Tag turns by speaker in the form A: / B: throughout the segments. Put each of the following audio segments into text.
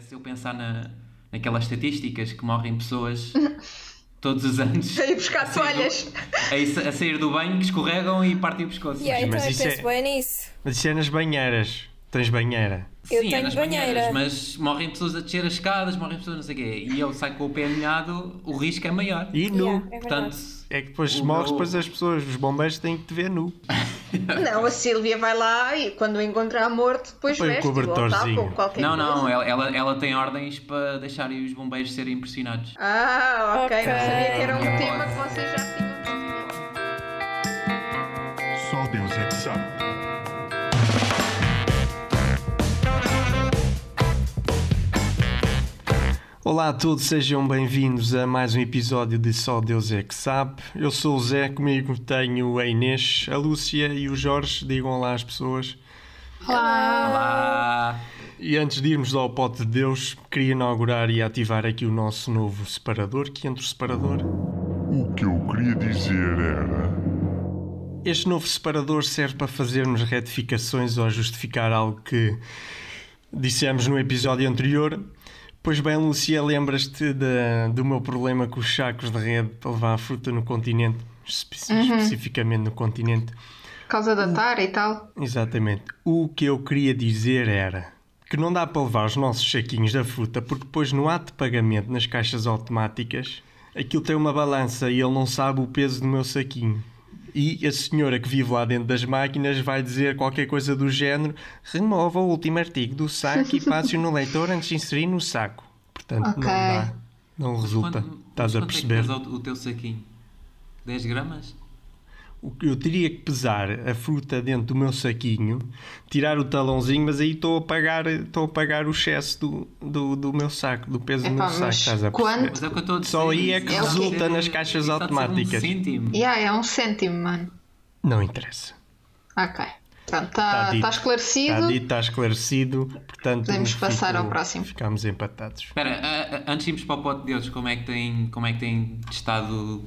A: se eu pensar na, naquelas estatísticas que morrem pessoas todos os anos
B: Saí buscar toalhas.
A: a, sa- a sair do banho, que escorregam e partem o pescoço.
C: E aí
A: Mas-
C: também
D: mas isso
C: penso
D: é-
C: bem nisso.
D: Mas isso é nas banheiras. Tens banheira.
C: eu
A: Sim, é
C: tenho
A: nas
C: banheira.
A: banheiras, mas morrem pessoas a descer as escadas, morrem pessoas não sei o quê. E eu saio com o pé molhado, o risco é maior.
D: E nu.
C: Yeah, é
A: Portanto,
C: verdade.
D: É que depois
A: O
D: morres,
A: meu-
D: depois as pessoas, os bombeiros têm que te ver nu.
B: Não, a Sílvia vai lá e quando o encontrar morto, depois
D: Põe um
B: veste ou tapa
D: cobertorzinho.
B: ou qualquer
A: não,
B: coisa.
A: não, ela, ela, ela tem ordens para deixarem os bombeiros serem impressionados.
B: Ah, ok. Não sabia que era um
A: Ok.
B: tema que vocês já tinham.
E: Só Deus é que sabe.
D: Olá a todos, sejam bem-vindos a mais um episódio de Só Deus é que Sabe. Eu sou o Zé, comigo tenho a Inês, a Lúcia e o Jorge. Digam olá às pessoas.
A: Olá!
D: E antes de irmos ao pote de Deus, queria inaugurar e ativar aqui o nosso novo separador, que entre o separador.
E: O que eu queria dizer era.
D: Este novo separador serve para fazermos retificações ou justificar algo que dissemos no episódio anterior. Pois bem, Lucia, lembras-te da- do meu problema com os sacos de rede para levar a fruta no continente, espe- especificamente no continente?
B: Por causa da tara e tal.
D: Exatamente. O que eu queria dizer era que não dá para levar os nossos saquinhos da fruta porque depois no ato de pagamento nas caixas automáticas aquilo tem uma balança e ele não sabe o peso do meu saquinho. E a senhora que vive lá dentro das máquinas vai dizer qualquer coisa do género: remova o último artigo do saco e passe-o no leitor antes de inserir no saco. Portanto,
B: Ok.
D: não dá. Não resulta.
A: Quanto-
D: Estás a
A: quanto é que
D: perceber?
A: pesa o, o teu saquinho? 10 gramas?
D: O que Eu teria que pesar a fruta dentro do meu saquinho, tirar o talãozinho, mas aí estou a pagar, estou a pagar o excesso do, do, do meu saco, do peso do
B: Epá,
D: meu saco,
B: mas
D: estás a perceber?
B: quanto?
A: Mas é o que eu estou a dizer.
D: Só aí é que
A: isso há de
D: resulta
A: ser-
D: nas caixas
A: isso há de ser
D: automáticas.
A: Um cêntimo.
B: Yeah, é um cêntimo, mano.
D: Não interessa.
B: Ok. Pronto, está
D: Tá dito.
B: esclarecido.
D: Está dito, está esclarecido, portanto...
B: Podemos passar ao
D: fico-
B: próximo.
D: Ficamos empatados.
A: Espera, a- a- antes de irmos para o pote de Deus, como é que tem, como é que tem estado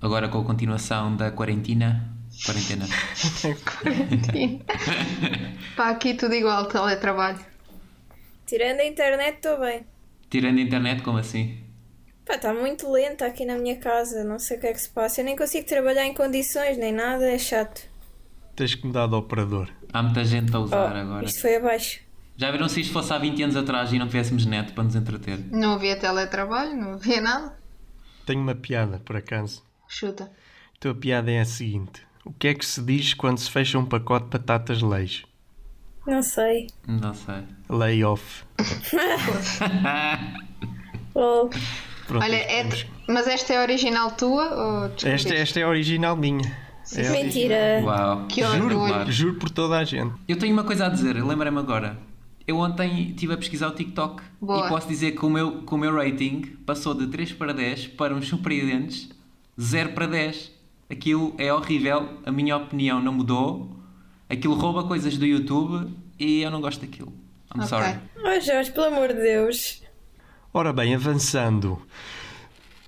A: agora com a continuação da quarentena? Quarentena.
B: Sim. Pá, aqui tudo igual, teletrabalho.
C: Tirando a internet, estou bem.
A: Tirando a internet, como assim?
C: Pá, está muito lenta aqui na minha casa, não sei o que é que se passa. Eu nem consigo trabalhar em condições, nem nada, é chato.
D: Tens que mudar de operador.
A: Há muita gente a usar
C: Oh,
A: agora.
C: Isto foi abaixo.
A: Já viram se isto fosse há 20 anos atrás e não tivéssemos net para nos entreter?
B: Não havia teletrabalho, não havia nada.
D: Tenho uma piada, por acaso.
B: Chuta.
D: A tua piada é a seguinte. O que é que se diz quando se fecha um pacote de batatas leis?
C: Não sei.
A: Não sei.
D: Layoff.
C: Lol.
D: Pronto,
B: Olha, é-
D: temos-
B: mas esta é original tua ou
D: Esta, esta é a original minha. É a-
C: Mentira.
A: Uau.
B: Que
D: Juro,
B: orgulho.
D: juro por toda a gente.
A: Eu tenho uma coisa a dizer, lembra-me agora. Eu ontem estive a pesquisar o TikTok
B: Boa.
A: e posso dizer que o, meu, que o meu rating passou de 3 para 10 para uns surpreendentes 0 para 10. Aquilo é horrível, a minha opinião não mudou, aquilo rouba coisas do YouTube e eu não gosto daquilo. I'm
B: Ok.
A: sorry.
C: Oh Jorge, pelo amor de Deus.
D: Ora bem, avançando.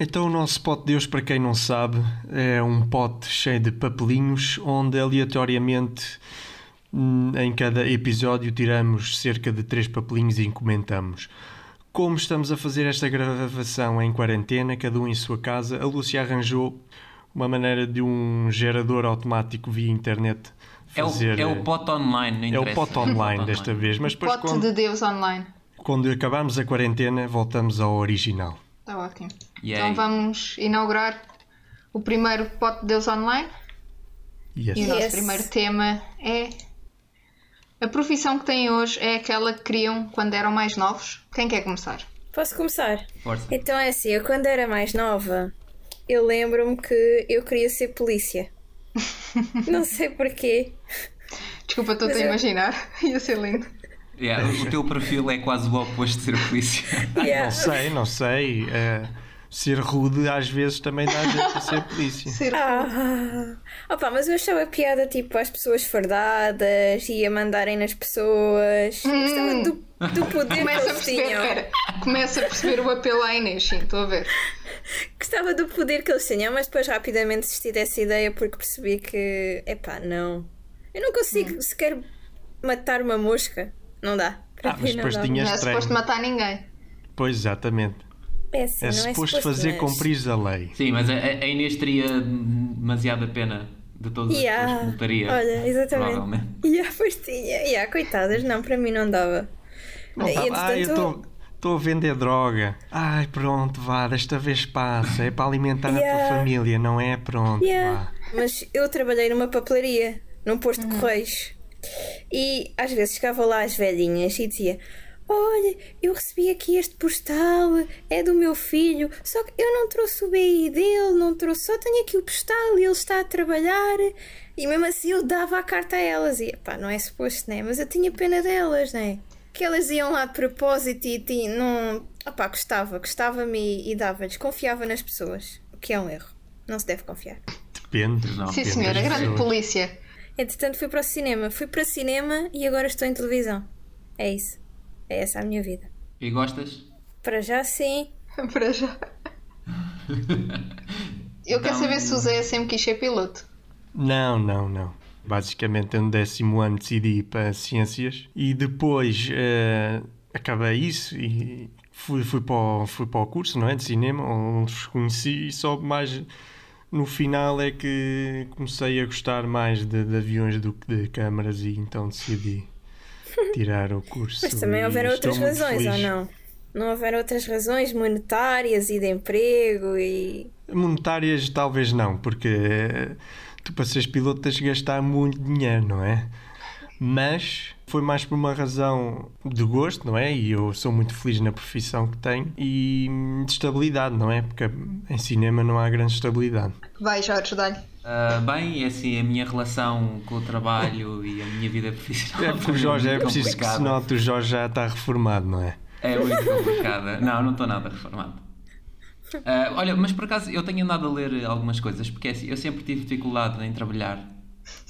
D: Então, o nosso pote de Deus, para quem não sabe, é um pote cheio de papelinhos onde aleatoriamente hum, em cada episódio tiramos cerca de três papelinhos e comentamos. Como estamos a fazer esta gravação em quarentena, cada um em sua casa, a Lúcia arranjou uma maneira de um gerador automático via internet
A: É o,
D: fazer. eh,
A: é o pot online, não
D: É o
A: interessa.
D: pote online desta vez, mas depois
B: Pote
D: quando,
B: de Deus online.
D: quando acabarmos a quarentena voltamos ao original.
B: Está Tá ótimo.
A: Yeah.
B: Então vamos inaugurar o primeiro Pote de Deus online.
D: Yes.
B: E o nosso
C: Yes.
B: primeiro tema é. A profissão que têm hoje é aquela que criam quando eram mais novos. Quem quer começar?
C: Posso começar?
A: Força.
C: Então é assim, eu quando era mais nova, eu lembro-me que eu queria ser polícia. Não sei porquê.
B: Desculpa, estou-te a
C: Mas eu-
B: imaginar. Ia ser lindo.
A: Yeah, o teu perfil é quase o oposto de ser polícia.
C: Yeah.
D: Não sei, não sei. eh, ser rude às vezes também dá jeito de ser polícia.
B: Ser-
C: Ah, opa, mas eu achava piada tipo às pessoas fardadas e a mandarem nas pessoas. Eu Gostava do, do poder
B: Hum.
C: que
B: Começa a
C: eles
B: perceber,
C: tinham.
B: pera, começa a perceber o apelo à Inês, sim, estou a ver.
C: Gostava do poder que eles tinham, mas depois rapidamente desisti dessa ideia porque percebi
B: Hum.
C: que, epá, não. Eu não consigo sequer matar uma mosca. Não dá.
D: Ah, mas depois
C: Não, não.
D: tinhas
B: Não é
D: treino.
B: suposto matar ninguém.
D: Pois, exatamente.
C: Péssimo,
D: É,
C: assim, não
D: suposto, fazer
C: mas-
D: cumprir a lei.
A: Sim, mas a, a Inês teria demasiada pena de todas as pessoas
C: Yeah.
A: que notaria.
C: Olha, exatamente.
A: Provavelmente.
C: Yeah, pois tinha. Yeah, coitadas, não, para mim não dava.
D: Não
C: E,
D: tá- ah, eu
C: entretanto,
D: estou- estou a vender droga. Ai, pronto, vá, desta vez passa. É para alimentar a tua
C: Yeah.
D: família, não é? Pronto,
C: Yeah.
D: vá.
C: Mas eu trabalhei numa papelaria, num posto de correios. E às vezes chegava lá as velhinhas e dizia: Olha, eu recebi aqui este postal, é do meu filho, só que eu não trouxe o BI dele, não trouxe, só tenho aqui o postal e ele está a trabalhar. E mesmo assim eu dava a carta a elas e pá, não é suposto, né? Mas eu tinha pena delas, né? Que elas iam lá de propósito e ti- não. Opá, gostava, gostava-me e, e dava-lhes, confiava nas pessoas, o que é um erro. Não se deve confiar.
D: Depende.
A: Não,
B: Sim,
A: depende
B: senhora,
D: das
B: grande
D: pessoas.
B: polícia.
C: Entretanto, fui para o cinema. Fui para o cinema e agora estou em televisão. É isso. É essa a minha vida.
A: E gostas?
C: Para já, sim.
B: Para já. Eu
A: Então-
B: quero saber se o Zé é sempre quis ser piloto.
D: Não, não, não. Basicamente, no décimo ano decidi ir para Ciências e depois eh, acabei isso e fui, fui, para o, fui para o curso, não é? De cinema, onde os conheci e só mais no final é que comecei a gostar mais de, de aviões do que de câmaras e então decidi tirar o curso.
C: Mas também
D: e
C: houveram
D: estou
C: outras
D: muito
C: razões, ou
D: feliz.
C: não? Não houveram outras razões monetárias e de emprego e.
D: Monetárias talvez não, porque eh, tu para seres piloto tens de gastar muito dinheiro, não é? Mas foi mais por uma razão de gosto, não é? E eu sou muito feliz na profissão que tenho e hum, de estabilidade, não é? Porque em cinema não há grande estabilidade.
B: Vai, Jorge, dá-lhe.
A: Ah, bem, é assim, a minha relação com o trabalho e a minha vida profissional.
D: É porque o
A: também
D: Jorge é
A: muito
D: preciso que se
A: complicada.
D: note, o Jorge já está reformado, não é?
A: É muito complicada. Não, não estou nada reformado. Ah, olha, mas por acaso eu tenho andado a ler algumas coisas, porque é assim, eu sempre tive dificuldade em trabalhar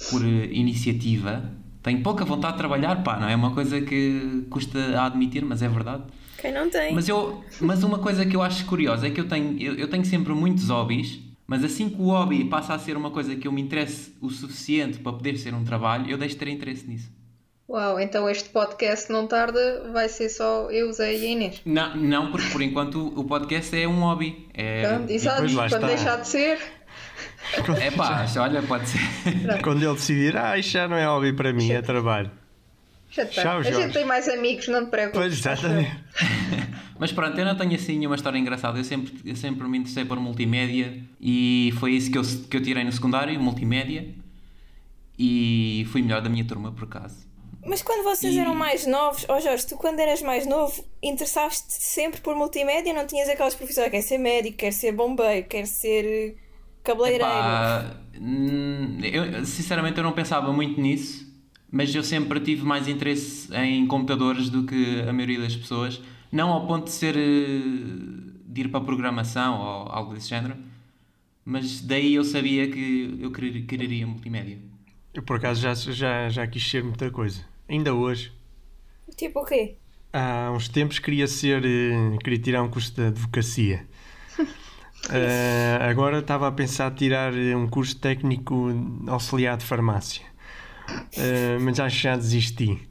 A: por eh, iniciativa. Tenho pouca vontade de trabalhar, pá, não é uma coisa que custa a admitir, mas é verdade.
C: Quem não tem?
A: Mas, eu, mas uma coisa que eu acho curiosa é que eu tenho, eu, eu tenho sempre muitos hobbies, mas assim que o hobby passa a ser uma coisa que eu me interesse o suficiente para poder ser um trabalho, eu deixo de ter interesse nisso.
B: Uau, então este podcast não tarda, vai ser só eu, Zé e a Inês.
A: Não, não porque por enquanto o podcast é um hobby. É,
B: Pronto, exato,
D: depois lá
B: quando
D: está.
B: deixar de ser.
A: é pá, olha, pode ser.
D: Quando ele decidir, ah, isto já não é hobby para mim, é trabalho.
B: Já está.
D: Tchau,
B: a gente
D: Jorge.
B: tem mais amigos, não te preocupes.
D: Pois, exatamente.
A: Mas pronto, eu não tenho assim nenhuma história engraçada. Eu sempre, eu sempre me interessei por multimédia e foi isso que eu, que eu tirei no secundário, multimédia. E fui melhor da minha turma, por acaso.
C: Mas quando vocês
A: E-
C: eram mais novos, ó Jorge, tu quando eras mais novo, interessavas-te sempre por multimédia? Não tinhas aquelas profissões, quer ser médico, quer ser bombeiro, quer ser eh, cabeleireiro?
A: Pá, hum, eu, sinceramente eu não pensava muito nisso, mas eu sempre tive mais interesse em computadores do que a maioria das pessoas, não ao ponto de ser eh, de ir para a programação ou algo desse género, mas daí eu sabia que eu querer- quereria multimédia.
D: Eu por acaso já, já, já quis ser muita coisa. Ainda hoje.
C: Tipo o quê?
D: Há uns tempos queria ser. eh, Queria tirar um curso de advocacia. Eh, agora estava a pensar tirar eh, um curso técnico auxiliar de farmácia. Eh, mas acho que já desisti.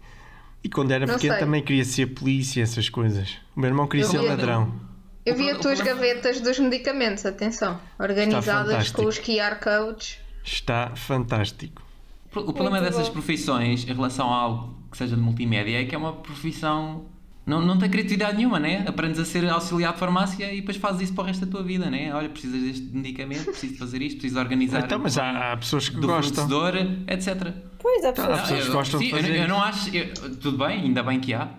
D: E quando era
B: Não
D: pequeno
B: sei.
D: também queria ser polícia, essas coisas. O meu irmão queria
B: Eu
D: ser
B: vi-
D: ladrão.
B: Eu vi
A: O
B: as
A: pro-
B: tuas
A: o problema-
B: gavetas dos medicamentos, atenção. Organizadas
D: fantástico.
B: com os QR codes.
D: Está fantástico.
A: O problema
C: Muito
A: dessas
C: bom.
A: profissões em relação a algo que seja de multimédia é que é uma profissão. Não, não tem criatividade nenhuma, né? Aprendes a ser auxiliar de farmácia e depois fazes isso para o resto da tua vida, né? Olha, precisas deste medicamento, preciso de fazer isto, preciso de organizar
D: então, mas há, há pessoas que
A: do
D: gostam.
A: fornecedor, etc.
C: Pois,
A: Tá.
C: há pessoas
D: As pessoas
A: eu,
D: gostam de
A: sim, eu-
D: fazer
A: eu,
D: isso.
A: não acho. eu- tudo bem, ainda bem que há.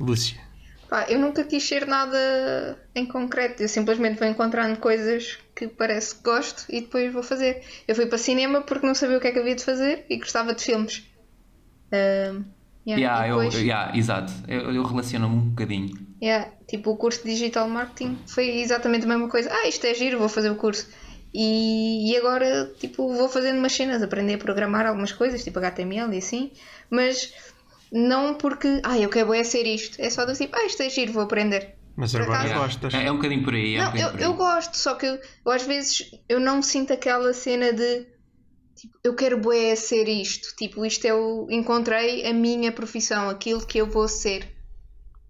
D: Lúcia.
B: Pá, eu nunca quis ser nada em concreto. Eu simplesmente vou encontrando coisas que parece que gosto e depois vou fazer. Eu fui para cinema porque não sabia o que é que havia de fazer e gostava de filmes. Ahm, yeah,
A: Yeah,
B: e
A: eu,
B: É, depois,
A: yeah, exato. Eu, eu relaciono-me um bocadinho.
B: yeah, tipo, o curso de digital marketing foi exatamente a mesma coisa. Ah, isto é giro, vou fazer o curso. E, e agora, tipo, vou fazendo umas cenas, aprender a programar algumas coisas, tipo HTML e assim, mas não porque, ah, eu quero é ser isto. É só do tipo, ah, isto é giro, vou aprender.
D: Mas
B: Por
D: agora
B: acaso-
A: Yeah.
D: Ah, gostas.
A: É, é um bocadinho por aí. É um
B: Não,
A: bocadinho
B: eu,
A: por aí.
B: eu gosto, só que eu, eu às vezes eu não sinto aquela cena de tipo, eu quero é bué ser isto, tipo, isto eu encontrei a minha profissão, aquilo que eu vou ser.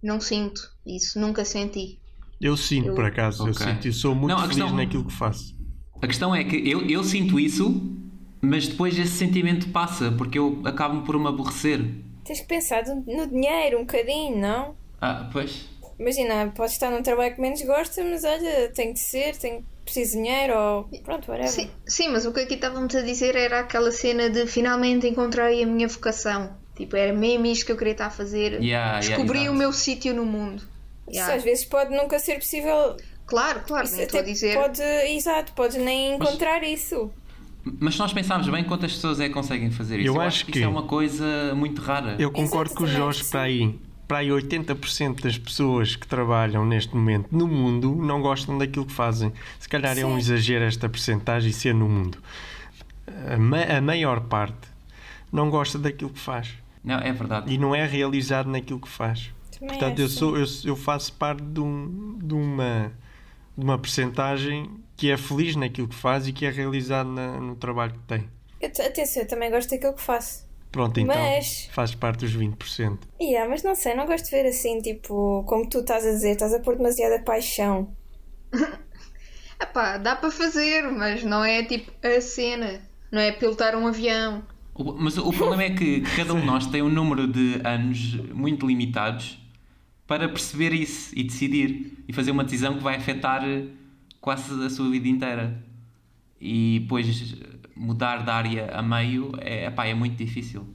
B: Não sinto isso, nunca senti.
D: Eu sinto, por acaso, eu
A: Ok.
D: sinto. Eu sou muito
A: Não, a
D: feliz
A: questão-
D: naquilo que faço.
A: A questão é que eu, eu sinto isso, mas depois esse sentimento passa, porque eu acabo por me aborrecer.
C: Tens que pensar do- no dinheiro um bocadinho, não?
A: Ah, pois.
C: Imagina, podes estar num trabalho que menos gosta, mas olha, tem de ser, tem, preciso de dinheiro ou pronto,
A: É
C: whatever.
B: Sim, sim, mas o que aqui estávamos a dizer era aquela cena de finalmente encontrei a minha vocação. Tipo, era mesmo isto que eu queria estar a fazer.
A: Yeah, yeah,
B: Descobri
A: exato.
B: o meu sítio no mundo.
C: Isso
B: Yeah.
C: às vezes pode nunca ser possível.
B: Claro, claro,
C: Isso
B: nem estou a
C: até
B: dizer.
C: pode, exato, podes nem encontrar isso.
A: Mas se nós pensarmos bem, quantas pessoas é que conseguem fazer isso?
D: Eu acho que-
A: isso é uma coisa muito rara.
D: Eu concordo com o Jorge para aí. Para aí 80% das pessoas que trabalham neste momento no mundo não gostam daquilo que fazem. Se calhar é um
C: Sim.
D: exagero esta percentagem ser no mundo. A, ma- a maior parte não gosta daquilo que faz
A: Não, é verdade.
D: e não é realizado naquilo que faz.
C: Também é assim.
D: Portanto, eu,
C: acho.
D: sou, eu, eu faço parte de, um, de uma de uma percentagem que é feliz naquilo que faz e que é realizado na- no trabalho que tem.
C: Eu t- atenção, eu também gosto daquilo que faço.
D: Pronto, então,
C: Mas-
D: faz parte dos 20%.
C: Yeah, mas não sei, não gosto de ver assim, tipo, como tu estás a dizer, estás a pôr demasiada paixão.
B: Epá, dá para fazer, mas não é tipo a cena. Não é pilotar um avião.
A: O- Mas o problema é que cada um de nós tem um número de anos muito limitados para perceber isso e decidir e fazer uma decisão que vai afetar quase a sua vida inteira. E depois eh, mudar de área a meio é, epá, é muito difícil.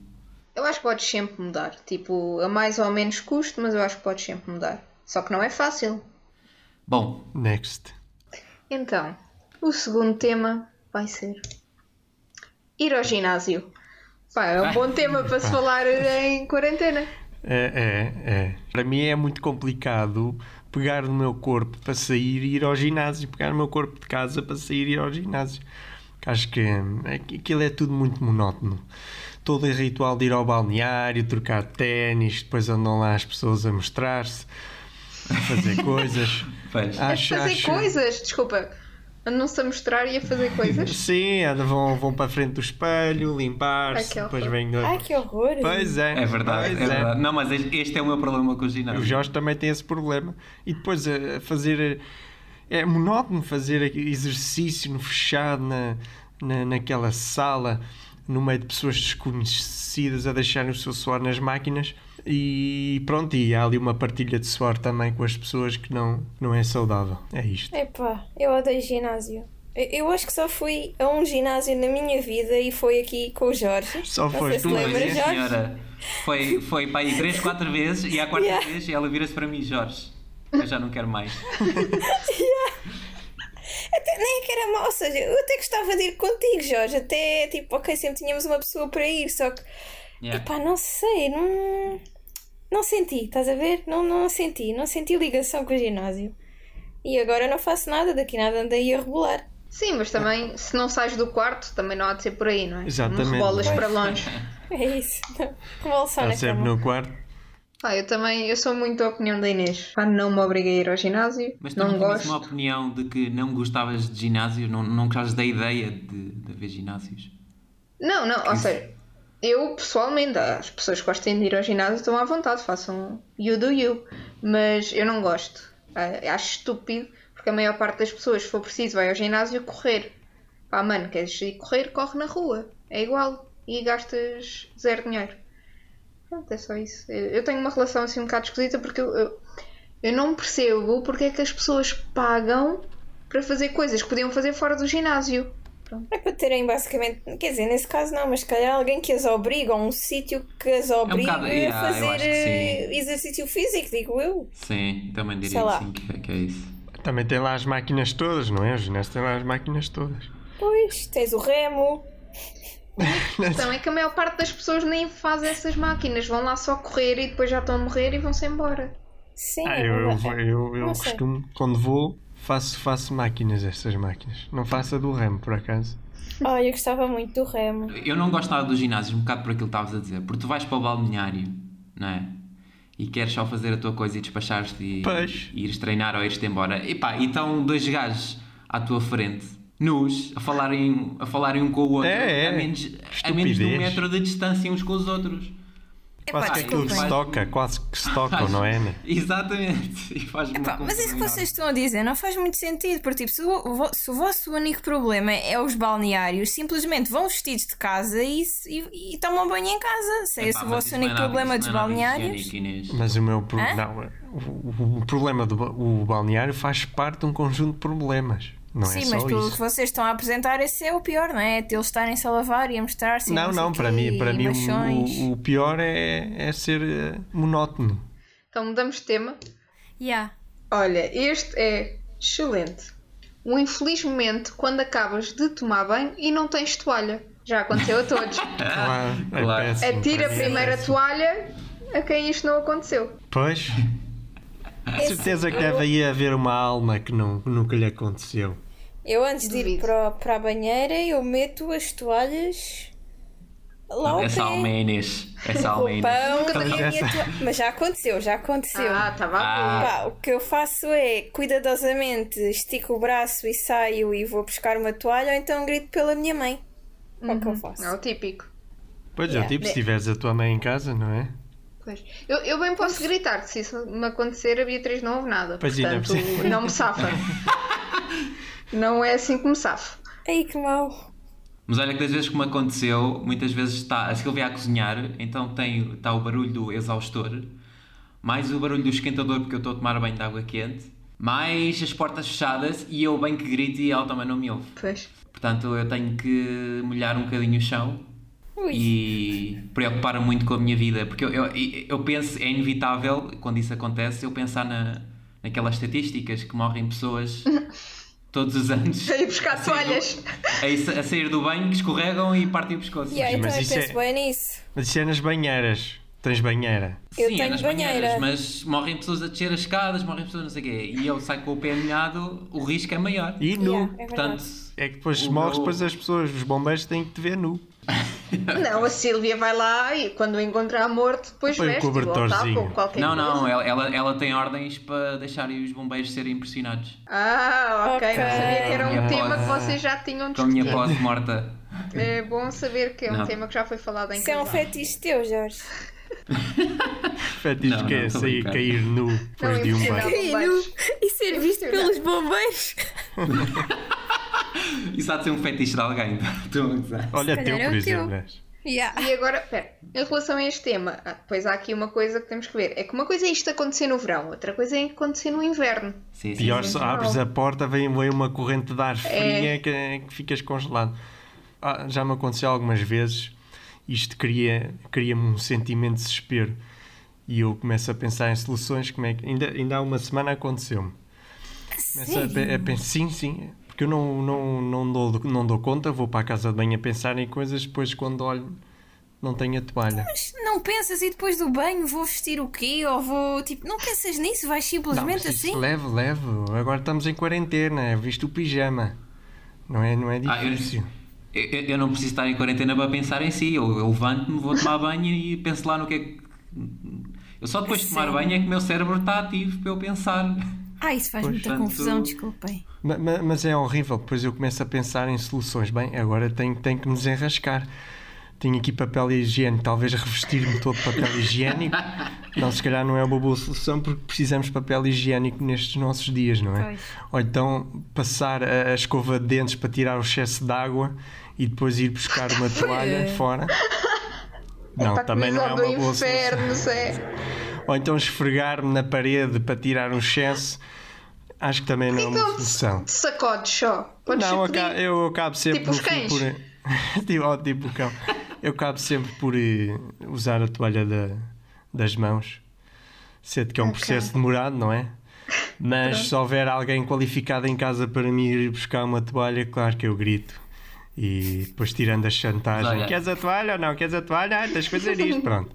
B: Eu acho que podes sempre mudar. Tipo, a mais ou menos custo, mas eu acho que podes sempre mudar. Só que não é fácil.
A: Bom,
D: Next.
B: Então, o segundo tema vai ser ir ao ginásio. Pá, é um bom tema para se falar em quarentena.
D: É, é, é. Para mim é muito complicado pegar no meu corpo para sair e ir ao ginásio, pegar no meu corpo de casa para sair e ir ao ginásio. Que Acho que hum, é que aquilo é tudo muito monótono. Todo o ritual de ir ao balneário, trocar ténis, depois andam lá as pessoas a mostrar-se, a fazer coisas.
A: pois.
D: Acho-
B: a É fazer
D: acho-
B: coisas, desculpa. A não se a mostrar e a fazer coisas.
D: Sim, andam- vão, vão para a frente do espelho,
B: Ai,
D: limpar-se,
B: que
D: depois
B: horror.
D: vêm.
C: Ai, que horror!
D: Pois é.
A: É verdade,
D: pois
A: é verdade. Não, mas este este é o meu problema com o
D: O
A: ginásio.
D: Jorge também tem esse problema. E depois a a fazer. É monótono fazer exercício no fechado, na, na, naquela sala, no meio de pessoas desconhecidas a deixarem o seu suor nas máquinas. E pronto, e há ali uma partilha de suor também com as pessoas que não, não é saudável. É
C: Então,
D: isto.
C: Epá, eu odeio ginásio. Eu- Eu acho que só fui a um ginásio na minha vida e foi aqui com o Jorge.
D: Só
C: Não sei
D: foste
C: se
D: uma
A: Pois,
C: lembra,
A: sim,
D: vez,
C: Jorge.
A: senhora. Foi, foi para aí 3, 4 vezes e à quarta
C: Yeah.
A: vez ela vira-se para mim, Jorge. Eu já não quero mais.
C: Até nem é que era mal, ou seja, eu até gostava de ir contigo, Jorge. Até tipo, ok, sempre tínhamos uma pessoa para ir, só que
A: Yeah.
C: epá, não sei, não, não senti, estás a ver? Não, não senti, não senti ligação com o ginásio. E agora não faço nada, daqui nada andei a rebolar.
B: Sim, mas também, se não sais do quarto, também não há de ser por aí, não é?
D: Exatamente.
B: Não rebolas para longe.
C: É isso. não. Rebolo só
D: Está
C: na
D: Tá sempre
C: cama.
D: no quarto.
B: Pá, eu também, eu sou muito da opinião da Inês. Pá, não me obriguei a ir ao ginásio,
A: Mas tu não,
B: não
A: tinhas uma
B: gosto.
A: opinião de que não gostavas de ginásio, não, não gostavas da ideia de, de haver ginásios?
B: Não, não, ou seja, eu pessoalmente, as pessoas que gostem de ir ao ginásio estão à vontade, façam you do you, mas eu não gosto. Ah, Acho estúpido, porque a maior parte das pessoas, se for preciso, vai ao ginásio correr. Pá, mano, queres ir correr, corre na rua, é igual, e gastas zero dinheiro. Pronto, é só isso. Eu eu tenho uma relação assim um bocado esquisita porque eu, eu, eu não percebo porque é que as pessoas pagam para fazer coisas que podiam fazer fora do ginásio.
C: É para terem basicamente, quer dizer, nesse caso não, mas se calhar alguém que as obriga, ou um sítio que as obriga
A: É um bocado- yeah, eu
C: a
A: acho
C: fazer
A: que
C: eh, exercício físico, digo eu.
A: Sim, também
C: Sei
A: diria
C: lá.
A: que sim, que, é- que é isso.
D: Também tem lá as máquinas todas, não é? O ginásio tem lá as máquinas todas.
C: Pois, tens o remo,
B: Então é que a maior parte das pessoas nem faz essas máquinas, vão lá só correr e depois já estão a morrer e vão-se embora.
C: sim.
D: Ah,
C: é
D: eu, eu,
C: verdade.
D: eu, eu
C: Não sei.
D: costumo, quando vou, faço, faço máquinas, estas máquinas. Não faço a do ramo, por acaso.
C: Oh, eu gostava muito do remo.
A: Eu não gostava dos ginásios, um bocado por aquilo que estavas a dizer, porque tu vais para o balneário, não é? E queres só fazer a tua coisa e despachar-te e,
D: Pois.
A: e ires treinar ou ires-te embora. E pá, e estão dois gajos à tua frente, nus, a falarem, a falarem um com o outro,
D: É, é.
A: A, menos, a menos de um
D: Estupidez.
A: metro de distância uns com os outros.
C: É
D: Quase que aquilo que se
A: desculpem.
D: toca, quase que se toca, não é? né?
A: Exatamente. E faz uma
C: Pá, mas
A: confusão
C: isso que
A: enorme.
C: vocês estão a dizer não faz muito sentido, porque tipo, se o, vo- se o vosso único problema é os balneários, simplesmente vão vestidos de casa e, se- e, e tomam banho em casa. Se é esse
A: Epá,
C: o
A: mas
C: vosso
A: isso não é
C: único
A: nada-
C: problema dos
A: isso não é nada
C: balneários.
A: higiênico, Inês.
D: Mas o meu pro...
C: Hã?
D: não, o, o problema do ba- o balneário faz parte de um conjunto de problemas. Não é
C: Sim,
D: só
C: mas pelo que
D: isso.
C: vocês estão a apresentar, esse é o pior, não é? É De eles estarem-se a lavar e a mostrar-se. e
D: Não,
C: sei
D: não, para
C: quê,
D: mim, para
C: e
D: mim
C: baixões.
D: o, o pior é, é ser eh, monótono.
B: Então mudamos de tema.
C: Yeah.
B: Olha, este é excelente. Um infeliz momento quando acabas de tomar banho e não tens toalha. Já aconteceu a todos.
D: Claro,
A: claro.
D: é péssimo.
B: Atira a
D: para mim é
B: primeira
D: péssimo.
B: toalha a quem isto não aconteceu.
D: Pois,
A: Ah,
C: Esse-
D: certeza que deve aí haver uma alma que não, nunca lhe aconteceu.
C: Eu antes de ir
B: Duvido.
C: para, o- para a banheira, eu meto as toalhas lá ao pé.
A: Essa alma é Inês. Essa
C: O
A: alma é Inês.
C: pão e a minha
D: Essa-
C: toalha. Mas já aconteceu, já aconteceu.
B: Ah, estava
A: Ah.
C: Pá, o que eu faço é cuidadosamente estico o braço e saio e vou buscar uma toalha ou então grito pela minha mãe. É o que eu faço.
B: É o típico.
D: Pois, é
C: Yeah.
D: o tipo,
C: Bem-
D: se tiveres a tua mãe em casa, não é?
B: Pois. Eu, eu bem posso gritar que se isso me acontecer, a Beatriz não ouve nada.
D: Pois ainda
B: Portanto,
D: por cima.
B: não me safa. não é assim que me safo.
C: Ai que mal.
A: Mas olha que das vezes que me aconteceu, muitas vezes está a Silvia a cozinhar, então tem, está o barulho do exaustor, mais o barulho do esquentador porque eu estou a tomar banho de água quente, mais as portas fechadas e eu bem que grito e ela também não me ouve.
B: Pois.
A: Portanto, eu tenho que molhar um bocadinho o chão
C: Ui.
A: e preocupar muito com a minha vida, porque eu, eu, eu penso, é inevitável, quando isso acontece, eu pensar na, naquelas estatísticas que morrem pessoas todos os anos
B: Tenho buscar
A: Sim,
B: toalhas.
A: a, a sair do banho, que escorregam e partem o pescoço.
C: E aí,
D: Mas
C: então eu
D: isso é-
C: penso bem nisso.
D: Mas isso é nas banheiras. Tens banheira.
C: Eu
A: Sim, é
C: tenho
A: nas
C: banheira.
A: banheiras, mas morrem pessoas a descer as escadas, morrem pessoas não sei o quê. E eu saio com o pé molhado, o risco é maior.
D: E nu.
C: Yeah, é
A: Portanto,
C: verdade.
D: É que depois
A: O
D: se morres,
A: meu-
D: depois as pessoas, os bombeiros têm que te ver nu.
B: Não, a Sílvia vai lá e quando o encontrar morto, depois
D: Põe o
B: veste ou tapa
D: cobertorzinho.
B: ou qualquer
A: não, não,
B: coisa.
A: ela, ela, ela tem ordens para deixarem os bombeiros serem pressionados.
B: Ah, ok.
C: Ok.
B: Não sabia que
A: é- Com
B: era
A: a
B: um
A: minha
B: tema que
A: pose.
B: vocês já tinham
A: Com a minha
B: discutido.
A: pose morta.
B: É bom saber que é um
A: Não.
B: tema que já foi falado em
C: Isso é um
B: casal.
C: fetiche teu, Jorge.
D: Fetiche
A: Não,
D: que é
A: não, tô
D: sair,
A: brincando.
D: cair nu depois
B: Não,
D: de um
C: é
B: impossível.
D: banho.
C: E,
B: Bombeiros.
C: e ser visto pelos bombeiros.
A: Isso há de ser um fetiche de alguém. Estou a gozar.
D: Olha,
C: calhar
D: teu,
C: é o
D: por
C: teu.
D: exemplo. és.
C: Yeah.
B: E agora, pera, em relação a este tema, ah, pois há aqui uma coisa que temos que ver. É que uma coisa é isto acontecer no verão, outra coisa é acontecer no inverno.
A: Sim, sim.
D: Pior,
A: sim.
D: se
B: não.
D: abres a porta, vem, vem uma corrente de ar fria que, que ficas congelado. Ah, já me aconteceu algumas vezes. Isto cria- cria-me um sentimento de desespero. E eu começo a pensar em soluções. Como é que, ainda, ainda há uma semana aconteceu-me. Começo a, pe- a pensar, sim, sim. Porque eu não, não, não, dou, não dou conta, vou para a casa de banho a pensar em coisas, depois quando olho, não tenho a toalha.
C: Mas não pensas e depois do banho vou vestir o quê? Ou vou. Tipo, não pensas nisso? Vais
D: Não, mas
C: simplesmente
D: isso
C: assim?
D: Leve, leve. Agora estamos em quarentena, é visto o pijama. Não é, não é
A: Ah, eu-
D: difícil.
A: Eu, eu- eu não preciso estar em quarentena para pensar em si. Eu, eu levanto-me, vou tomar banho e penso lá no que é que. Eu só depois de tomar
C: Sim.
A: banho é que o meu cérebro está ativo para eu pensar.
C: Ah, isso faz muita
A: Portanto-
C: confusão, desculpem.
D: Ma- ma- Mas é horrível, depois eu começo a pensar em soluções. Bem, agora tenho, tenho que me desenrascar. Tenho aqui papel higiênico, talvez revestir-me todo de papel higiênico. Não, se calhar não é uma boa solução porque precisamos de papel higiênico nestes nossos dias, não é?
C: Pois.
D: Ou então passar a, a escova de dentes para tirar o excesso de água e depois ir buscar uma toalha fora. Não,
B: Pá, que
D: também não é
B: visão
D: uma
B: do
D: boa solução.
B: inferno, Zé.
D: Ou então esfregar-me na parede para tirar o excesso. Acho que também não é uma
B: Então,
D: solução.
B: te sacodes só. Podes
D: Não,
B: sacudir.
D: aca- eu acabo sempre
B: Tipo os
D: no fim
B: cães.
D: por. tipo, oh, tipo o cão. Eu acabo sempre por eh, usar a toalha da- das mãos. Sendo que é um processo demorado, não é? Mas se houver alguém qualificado em casa para mim ir buscar uma toalha, claro que eu grito. E depois tirando a chantagem:
A: Olha.
D: queres a toalha ou não? Queres a toalha? Ah, tens que fazer isto. Pronto.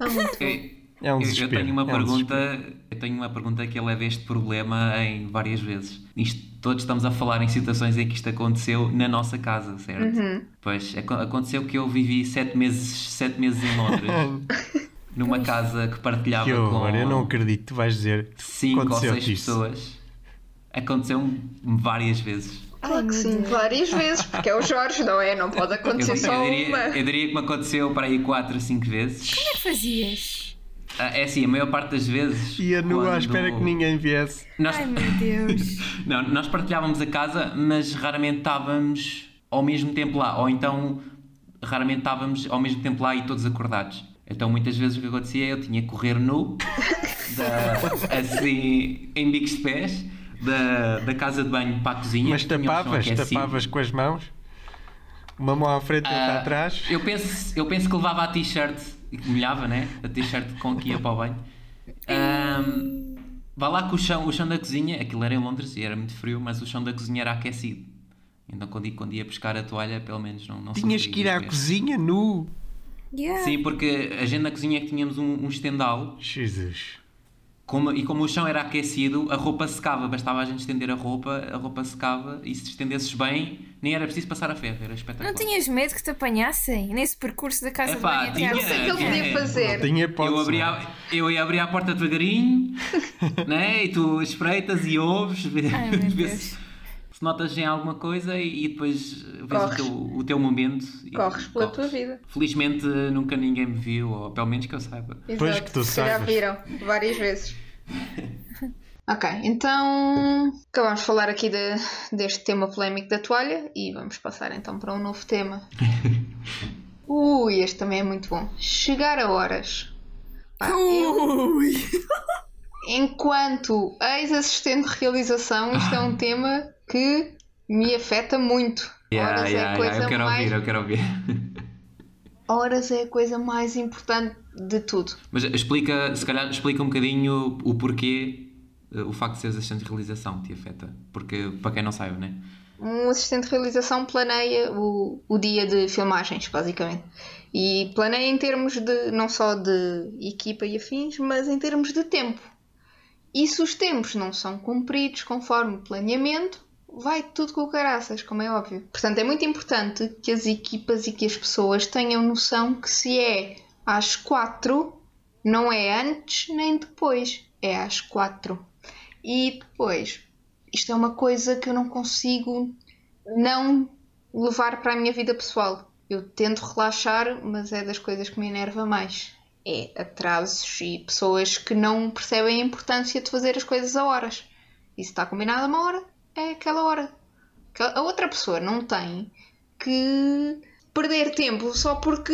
B: Ah, muito bom.
A: Eu-
D: É um
A: Eu-
D: desespero.
A: Eu tenho uma
D: é um
A: pergunta,
D: desespero.
A: eu tenho uma pergunta que eleva este problema em várias vezes. Isto, todos estamos a falar em situações em que isto aconteceu na nossa casa, certo? Pois, aco- aconteceu que eu vivi sete meses, sete meses em Londres, numa casa que partilhava
D: Que horror,
A: com
D: eu não acredito. Tu vais dizer:
A: Ah, cinco ou
D: aconteceu
A: seis pessoas. Aconteceu-me várias vezes.
B: Ai, que sim, várias vezes, porque é o Jorge, não é? Não pode
A: Eu,
B: acontecer
A: eu
B: só uma.
A: diria, eu diria que me aconteceu para aí 4 ou 5 vezes.
F: Como é que fazias?
A: Ah, é assim, a maior parte das vezes.
D: Ia nu à
A: quando-
D: espera que ninguém viesse.
A: Nós,
F: Ai meu Deus.
A: não, nós partilhávamos a casa, mas raramente estávamos ao mesmo tempo lá. Ou então, raramente estávamos ao mesmo tempo lá e todos acordados. Então, muitas vezes o que acontecia é eu tinha que correr nu, da- assim, em bicos de pés, da, da casa de banho para a cozinha.
D: Mas
A: tinha um chão
D: tapavas,
A: aquecido.
D: tapavas com as mãos. Uma mão à frente e outra
A: Ah,
D: tá atrás.
A: Eu penso, eu penso que levava a t-shirt e que molhava, né? A t-shirt com que ia para o banho. Ahm, vá lá que o chão, o chão da cozinha, aquilo era em Londres e era muito frio, mas o chão da cozinha era aquecido. Então quando, ia- quando ia buscar a toalha, pelo menos não, não
D: Tinhas
A: sofria
D: que ir à
A: os pés.
D: cozinha nu.
F: Yeah.
A: Sim, porque a gente na cozinha é que tínhamos um, um estendal
D: Jesus.
A: como- e como o chão era aquecido, a roupa secava. Bastava a gente estender a roupa, a roupa secava e se estendesses bem, nem era preciso passar a ferro, era espetacular.
F: Não tinhas medo que te apanhassem nesse percurso da casa de
A: Epá,
F: banho até à
A: tinha-
B: Não sei o que ele
A: Yeah.
B: podia fazer.
D: Tinha hipótese.
A: Eu, abri a, eu ia abrir a porta devagarinho, né? e tu espreitas e ouves, vê-
F: Ai, meu
A: vê
F: Deus.
A: se, se notas em alguma coisa e, e depois vês o
B: Corres.
A: teu, o teu momento. e
B: Corres pela tua vida.
A: Felizmente nunca ninguém me viu, ou pelo menos que eu saiba.
D: Pois que tu
B: Já
D: saibas.
B: viram várias vezes. ok, então acabamos de falar aqui de- deste tema polémico da toalha e vamos passar então para um novo tema. Ui, este também é muito bom. Chegar a horas. Pá, eu- Enquanto ex-assistente de realização, isto é um tema que me afeta muito.
A: Yeah,
B: horas é a
A: yeah,
B: coisa
A: yeah, eu quero
B: mais
A: ouvir, eu quero ouvir.
B: horas é a coisa mais importante de tudo.
A: Mas explica, se calhar explica um bocadinho o porquê eh, o facto de seres assistente de realização te afeta. Porque, para quem não sabe, né?
B: Um assistente de realização planeia o, o dia de filmagens, basicamente. E planeia em termos de não só de equipa e afins, mas em termos de tempo. E se os tempos não são cumpridos conforme o planeamento, vai tudo com caraças, como é óbvio. Portanto, é muito importante que as equipas e que as pessoas tenham noção que se é às quatro, não é antes nem depois, é às quatro. E depois, isto é uma coisa que eu não consigo não levar para a minha vida pessoal. Eu tento relaxar, mas é das coisas que me enerva mais. É atrasos e pessoas que não percebem a importância de fazer as coisas a horas. E se está combinado a uma hora, é aquela hora. Que A outra pessoa não tem que perder tempo só porque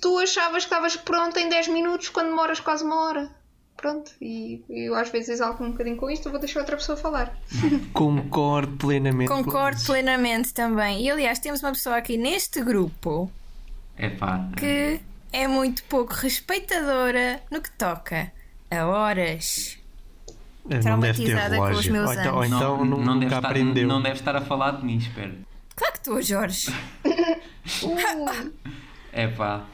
B: tu achavas que estavas pronto em 10 minutos quando demoras quase uma hora. Pronto, e e eu às vezes exalto um bocadinho com isto, eu vou deixar outra pessoa falar.
D: Concordo plenamente. com
F: Concordo
D: isso.
F: plenamente também. E aliás, temos uma pessoa aqui neste grupo
A: É pá.
F: que é muito pouco respeitadora no que toca a horas.
D: Eh, Não deve ter
F: traumatizada com os
D: relógio.
F: meus
D: Ou então, ou
F: anos.
D: então
A: não,
D: nunca
A: não, deve estar,
D: aprendeu.
A: não deve estar a falar de mim, espero.
F: Claro que tu, oh, Jorge.
A: É pá.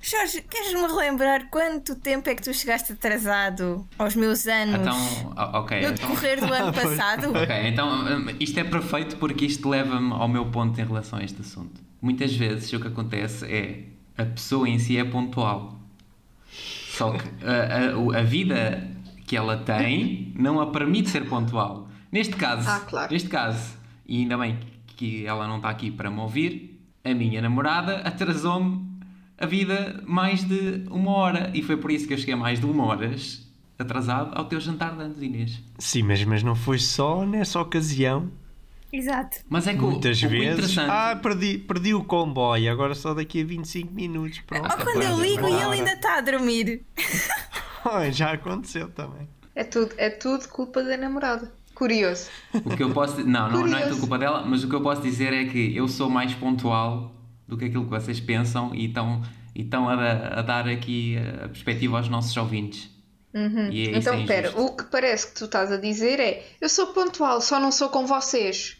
F: Jorge, queres-me relembrar quanto tempo é que tu chegaste atrasado aos meus anos
A: Então, o- ok.
F: no
A: então-
F: decorrer do ano passado?
A: Ok, então hum, isto é perfeito porque isto leva-me ao meu ponto em relação a este assunto. Muitas vezes o que acontece é a pessoa em si é pontual. Só que a, a- o- a vida que ela tem não a permite ser pontual. Neste caso,
B: Ah, claro.
A: neste caso, e ainda bem que ela não está aqui para me ouvir, a minha namorada atrasou-me a vida mais de uma hora e foi por isso que eu cheguei mais de uma hora atrasado ao teu jantar de antes, Inês.
D: Sim, mas, mas não foi só nessa ocasião.
F: Exato.
A: Mas é que o-
D: Muitas
A: o, o
D: vezes.
A: interessante.
D: Ah, perdi, perdi o comboio. Agora só daqui a 25 minutos. Pronto.
F: Ou Oh, quando
A: é
F: eu ligo e ele ainda está a dormir.
D: Ai, já aconteceu também.
B: É tudo, é tudo culpa da namorada. Curioso.
A: O que eu posso. Não, não, não é
B: Curioso.
A: tudo culpa dela, mas o que eu posso dizer é que eu sou mais pontual do que aquilo que vocês pensam e estão, e estão a, da- a dar aqui eh, a perspectiva aos nossos ouvintes. E é, isso é
B: então, pera,
A: injusto.
B: o que parece que tu estás a dizer é: eu sou pontual, só não sou com vocês.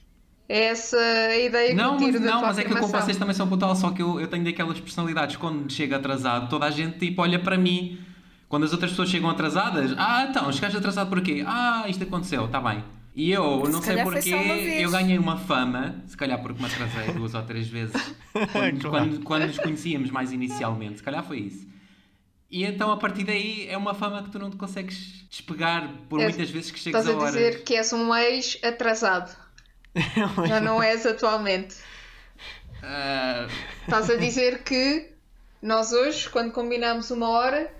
B: É essa a ideia que
A: Não,
B: eu tiro
A: mas,
B: da
A: não,
B: tua
A: mas é que eu como
B: afirmação.
A: vocês também são pontual, só que eu, eu tenho daquelas personalidades quando chego atrasado, toda a gente tipo olha para mim. Quando as outras pessoas chegam atrasadas, ah, então, chegaste atrasado porquê? Ah, isto aconteceu, está bem. E eu,
F: Se
A: não sei
F: calhar foi
A: porquê,
F: só uma vez.
A: eu ganhei uma fama, se calhar porque me atrasei duas ou três vezes quando,
D: Claro.
A: quando, quando nos conhecíamos mais inicialmente, se calhar foi isso. E então a partir daí é uma fama que tu não te consegues despegar por
B: É,
A: muitas vezes que chegas a
B: Estás a
A: horas.
B: dizer que és um ex atrasado. Já não és atualmente.
A: Ah,
B: Estás a dizer que nós hoje, quando combinámos uma hora,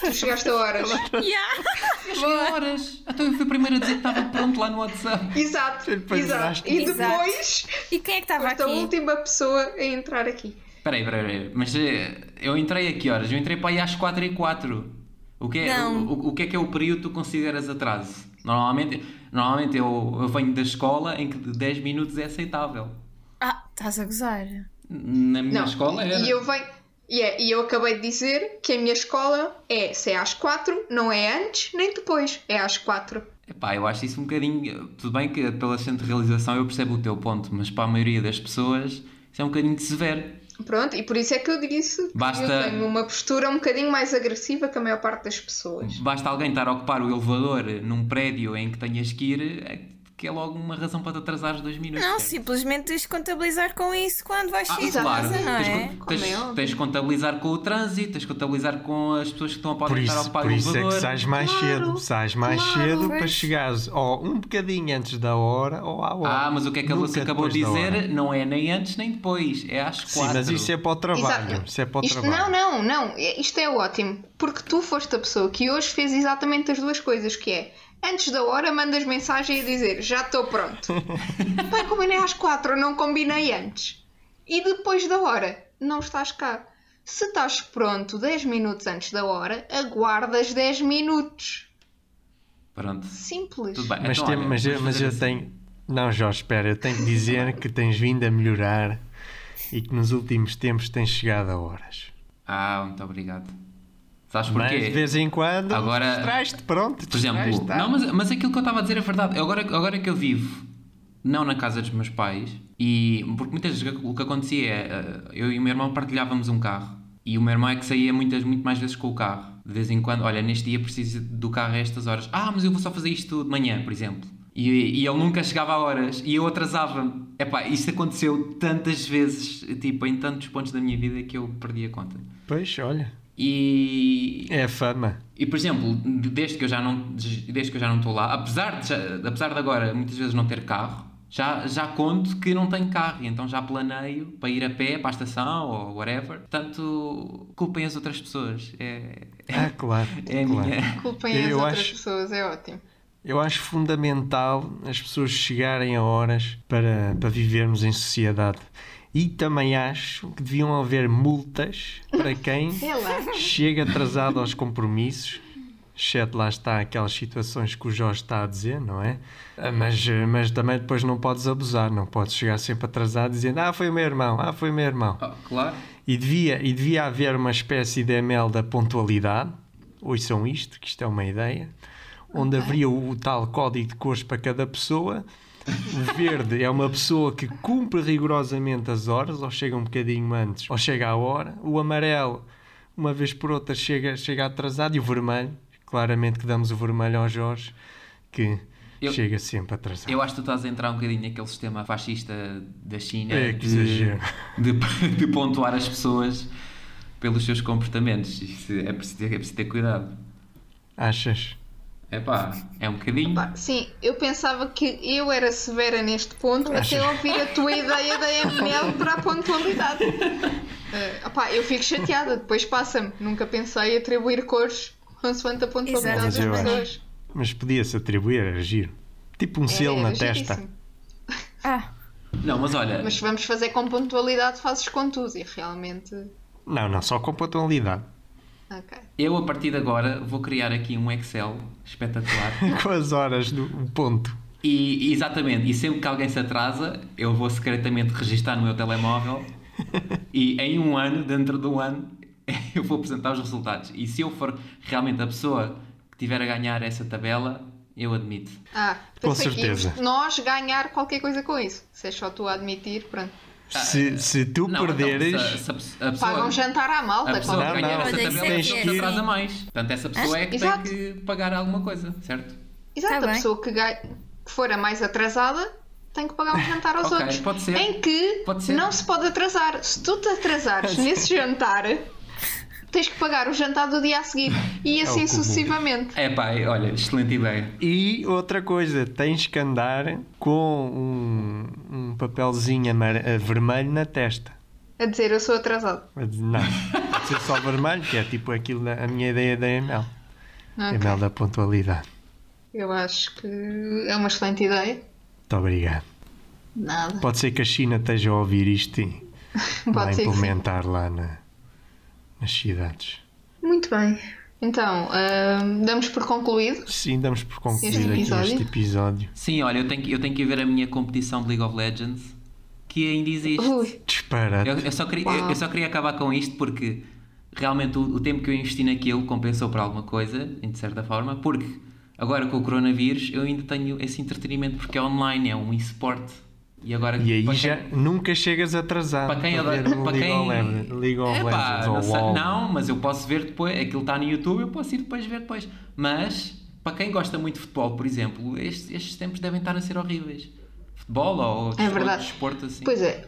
B: tu chegaste a horas.
F: Yeah.
A: eu cheguei a horas. Então eu fui o primeiro a dizer que estava pronto lá no WhatsApp.
B: Exato,
D: Depois
B: exato.
D: erraste.
B: E
F: Exato.
B: depois
F: E quem é que estava
B: foste
F: aqui?
B: a última pessoa a entrar aqui.
A: Espera aí, espera aí, espera aí. Mas eh, eu entrei a que horas? Eu entrei para aí às 4 e 4 o que, é,
F: Não.
A: o, o- o que é que é o período que tu consideras atraso? Normalmente, normalmente eu, eu venho da escola em que 10 minutos é aceitável.
F: Ah, estás a gozar.
A: Na minha
B: Não,
A: escola era.
B: E eu venho. e é- e eu acabei de dizer que a minha escola é se é às quatro, não é antes nem depois, é às quatro.
A: Epá, eu acho isso um bocadinho. Tudo bem que pela centralização eu percebo o teu ponto, mas para a maioria das pessoas isso é um bocadinho severo.
B: Pronto, e por isso é que eu disse que
A: Basta-
B: eu tenho uma postura um bocadinho mais agressiva que a maior parte das pessoas.
A: Basta alguém estar a ocupar o elevador num prédio em que tenhas que ir, é que é logo uma razão para te atrasares dois minutos.
F: Não,
A: certo?
F: simplesmente tens de contabilizar com isso quando vais
A: Ah,
F: sair de
A: claro.
F: casa, não
A: tens,
F: é?
A: con-
B: Como é
A: tens-
B: óbvio.
A: tens de contabilizar com o trânsito, tens de contabilizar com as pessoas que estão a
D: Por
A: poder estar a
D: isso,
A: ocupar
D: por
A: o
D: isso é que
A: elevador.
D: sais mais
A: Claro.
D: cedo. Sais mais
A: claro.
D: cedo para
F: Pois.
D: chegares ou um bocadinho antes da hora ou à hora.
A: Ah, mas o que é que a
D: Nunca
A: Lúcia acabou de
D: depois da hora.
A: dizer não é nem antes nem depois, é às
D: Sim,
A: quatro.
D: mas isso é para o trabalho.
B: Exato.
D: Isso é para o
B: Isto-
D: trabalho.
B: não, não, não. É- Isto é ótimo. Porque tu foste a pessoa que hoje fez exatamente as duas coisas, que é antes da hora mandas mensagem a dizer já estou pronto. Bem, combinei às quatro, não combinei antes. E depois da hora, não estás cá. Se estás pronto 10 minutos antes da hora, aguardas 10 minutos.
A: Pronto,
B: Simples.
A: tudo bem.
D: Mas,
A: Então,
D: tem-
A: olha,
D: mas, eu,
A: vamos
D: mas
A: fazer
D: eu
A: assim.
D: tenho. Não, Jorge, espera, eu tenho que dizer que tens vindo a melhorar e que nos últimos tempos tens chegado a horas.
A: Ah, muito obrigado. Sabes
D: Mas
A: porquê?
D: de vez em quando
A: Agora-
D: te pronto.
A: Por exemplo,
D: distrais-te, ah.
A: não, mas, mas aquilo que eu estava a dizer é verdade. Eu Agora, agora que eu vivo, não na casa dos meus pais, e porque muitas vezes o que acontecia é eh, eu e o meu irmão partilhávamos um carro. E o meu irmão é que saía muitas, muito mais vezes com o carro. De vez em quando, olha, neste dia preciso do carro a estas horas. Ah, mas eu vou só fazer isto de manhã, por exemplo. E, e ele nunca chegava a horas e eu atrasava-me. Epá, isso aconteceu tantas vezes, tipo, em tantos pontos da minha vida que eu perdi a conta.
D: Pois, olha,
A: E,
D: é a fama.
A: e por exemplo, de- desde que eu já não desde que eu já não estou lá, apesar de, já- apesar de agora muitas vezes não ter carro, já, já conto que não tenho carro, e então já planeio para ir a pé para a estação ou whatever. Portanto, culpem as outras pessoas. É,
D: Ah, claro.
A: é a
D: claro.
A: minha.
B: Culpem as
D: Eu
B: outras
D: acho-
B: pessoas, é ótimo.
D: Eu acho fundamental as pessoas chegarem a horas para, para vivermos em sociedade. E também acho que deviam haver multas para quem
B: É lá.
D: chega atrasado aos compromissos. Exceto lá está aquelas situações que o Jorge está a dizer, não é? Ah, Mas, eh, mas também depois não podes abusar, não podes chegar sempre atrasado dizendo Ah, foi o meu irmão, ah, foi o meu irmão.
A: Ah, claro.
D: E devia, e devia haver uma espécie de ML da pontualidade, ouçam isto, que isto é uma ideia, onde haveria o, o tal código de cores para cada pessoa. O verde é uma pessoa que cumpre rigorosamente as horas, ou chega um bocadinho antes, ou chega à hora. O amarelo, uma vez por outra, chega, chega atrasado. E o vermelho, claramente que damos o vermelho ao Jorge, que
A: Eu-
D: chega sempre atrasado.
A: Eu acho que tu estás a entrar um bocadinho naquele sistema fascista da China
D: É, que
A: de,
D: exagero.
A: de- de pontuar as pessoas pelos seus comportamentos. Isso é preciso ter, é preciso ter cuidado.
D: Achas?
A: Epá, é um bocadinho.
B: Pá, Sim, eu pensava que eu era severa neste ponto até ouvir a tua ideia da ML para a pontualidade. Eh, opá, eu fico chateada, depois passa-me. Nunca pensei em atribuir cores consoante a pontualidade
F: Exato.
B: das
D: Mas eu acho.
B: pessoas.
D: Mas podia-se atribuir, era giro. Tipo um selo
B: Era
D: na testa.
B: giríssimo.
F: Ah,
A: Não, mas olha.
B: Mas se vamos fazer com pontualidade, fazes com tudo e realmente.
D: Não, não, só com pontualidade.
B: Ok.
A: Eu, a partir de agora, vou criar aqui um Excel espetacular.
D: com as horas do ponto.
A: e, exatamente, e sempre que alguém se atrasa, eu vou secretamente registar no meu telemóvel. e em um ano, dentro de um ano, eu vou apresentar os resultados. E se eu for realmente a pessoa que tiver a ganhar essa tabela, eu admito.
B: Ah,
D: Com
B: pensei que íamos
D: certeza.
B: nós ganhar qualquer coisa com isso. Se és só tu a admitir, pronto.
D: Se, se tu
A: Ah, Não, então,
D: perderes,
A: se a- se a, a pessoa,
B: Pagam um tá jantar à
A: a
B: malta,
A: pessoa
B: claro.
D: Não,
A: que
D: não,
A: ganhar essa
F: olha, isso
A: tabela
F: é
A: não
F: que
A: se
F: é.
A: atrasa mais. Portanto, essa pessoa é que
B: Ah, Exato.
A: tem que pagar alguma coisa, certo?
B: Exato,
F: Tá
B: a
F: bem.
B: pessoa que, ga- que for a mais atrasada tem que pagar um jantar aos
A: Ok,
B: outros.
A: pode ser.
B: Em que
A: Pode ser.
B: não se pode atrasar. Se tu te atrasares nesse jantar, tens que pagar o jantar do dia a seguir e assim
D: cubo.
B: sucessivamente.
A: É pá, olha, excelente ideia.
D: E outra coisa, tens que andar com um, um papelzinho amar- eh, vermelho na testa.
B: A dizer, eu sou atrasado.
D: Mas Não, pode ser só vermelho, que é tipo aquilo, da- a minha ideia da ML.
A: É
B: Ok.
D: ML da pontualidade.
B: Eu acho que é uma excelente ideia.
D: Muito obrigado.
B: Nada.
D: Pode ser que a China esteja a ouvir isto e vai
B: Pode ser que sim.
D: implementar lá na- nas cidades.
B: Muito bem. Então, ahm, damos por concluído.
D: Sim, damos por concluir
B: Este
D: aqui
B: episódio?
D: este episódio.
A: Sim, olha, eu tenho, que- eu tenho que ir ver a minha competição de League of Legends que ainda existe.
B: Ui,
D: Disparate.
A: Eu, eu só queria, eu, eu só queria acabar com isto porque realmente o, o tempo que eu investi naquilo compensou para alguma coisa, em de certa forma, porque agora com o coronavírus eu ainda tenho esse entretenimento porque é online, é um esporte. E agora
D: E aí
A: para
D: já
A: quem-
D: nunca chegas atrasado.
A: para quem
D: Tá ver
A: adora,
D: o
A: para
D: League
A: quem
D: of Legends- League of
A: Epá,
D: Legends
A: não,
D: ou
A: sei-
D: WoW.
A: não, mas eu posso ver depois, aquilo está no YouTube, eu posso ir depois ver depois. Mas para quem gosta muito de futebol, por exemplo, estes, estes tempos devem estar a ser horríveis. Futebol ou
B: é
A: desporto,
B: verdade.
A: desporto assim.
B: Pois é.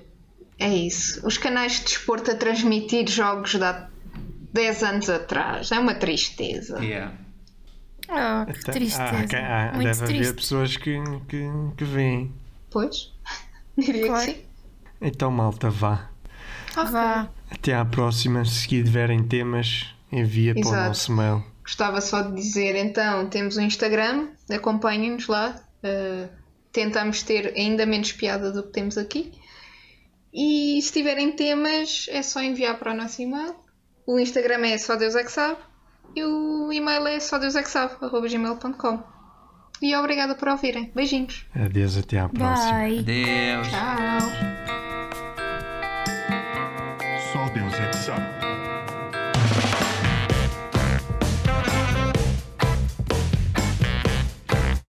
B: É isso. Os canais de desporto a transmitir jogos de há 10 anos atrás. É uma tristeza.
A: Yeah.
F: Oh, que
D: Tá-
F: tristeza.
D: há- há- há-
F: Muito
D: deve haver
F: triste.
D: pessoas que, que, que veem.
B: Pois? Diria
F: Claro.
B: que sim.
D: Então, malta, vá.
F: Vá.
D: Até à próxima. Se tiverem temas, envia para o
B: Exato.
D: nosso mail.
B: Gostava só de dizer, então, temos o Instagram, acompanhem-nos lá. eh, tentamos ter ainda menos piada do que temos aqui. E se tiverem temas, é só enviar para o nosso e-mail. O Instagram é só Deus é que sabe. E o e-mail é só Deus é que sabe, arroba gmail.com. E obrigada por ouvirem. Beijinhos.
D: Adeus, até à próxima.
F: Bye.
A: Deus.
B: Tchau.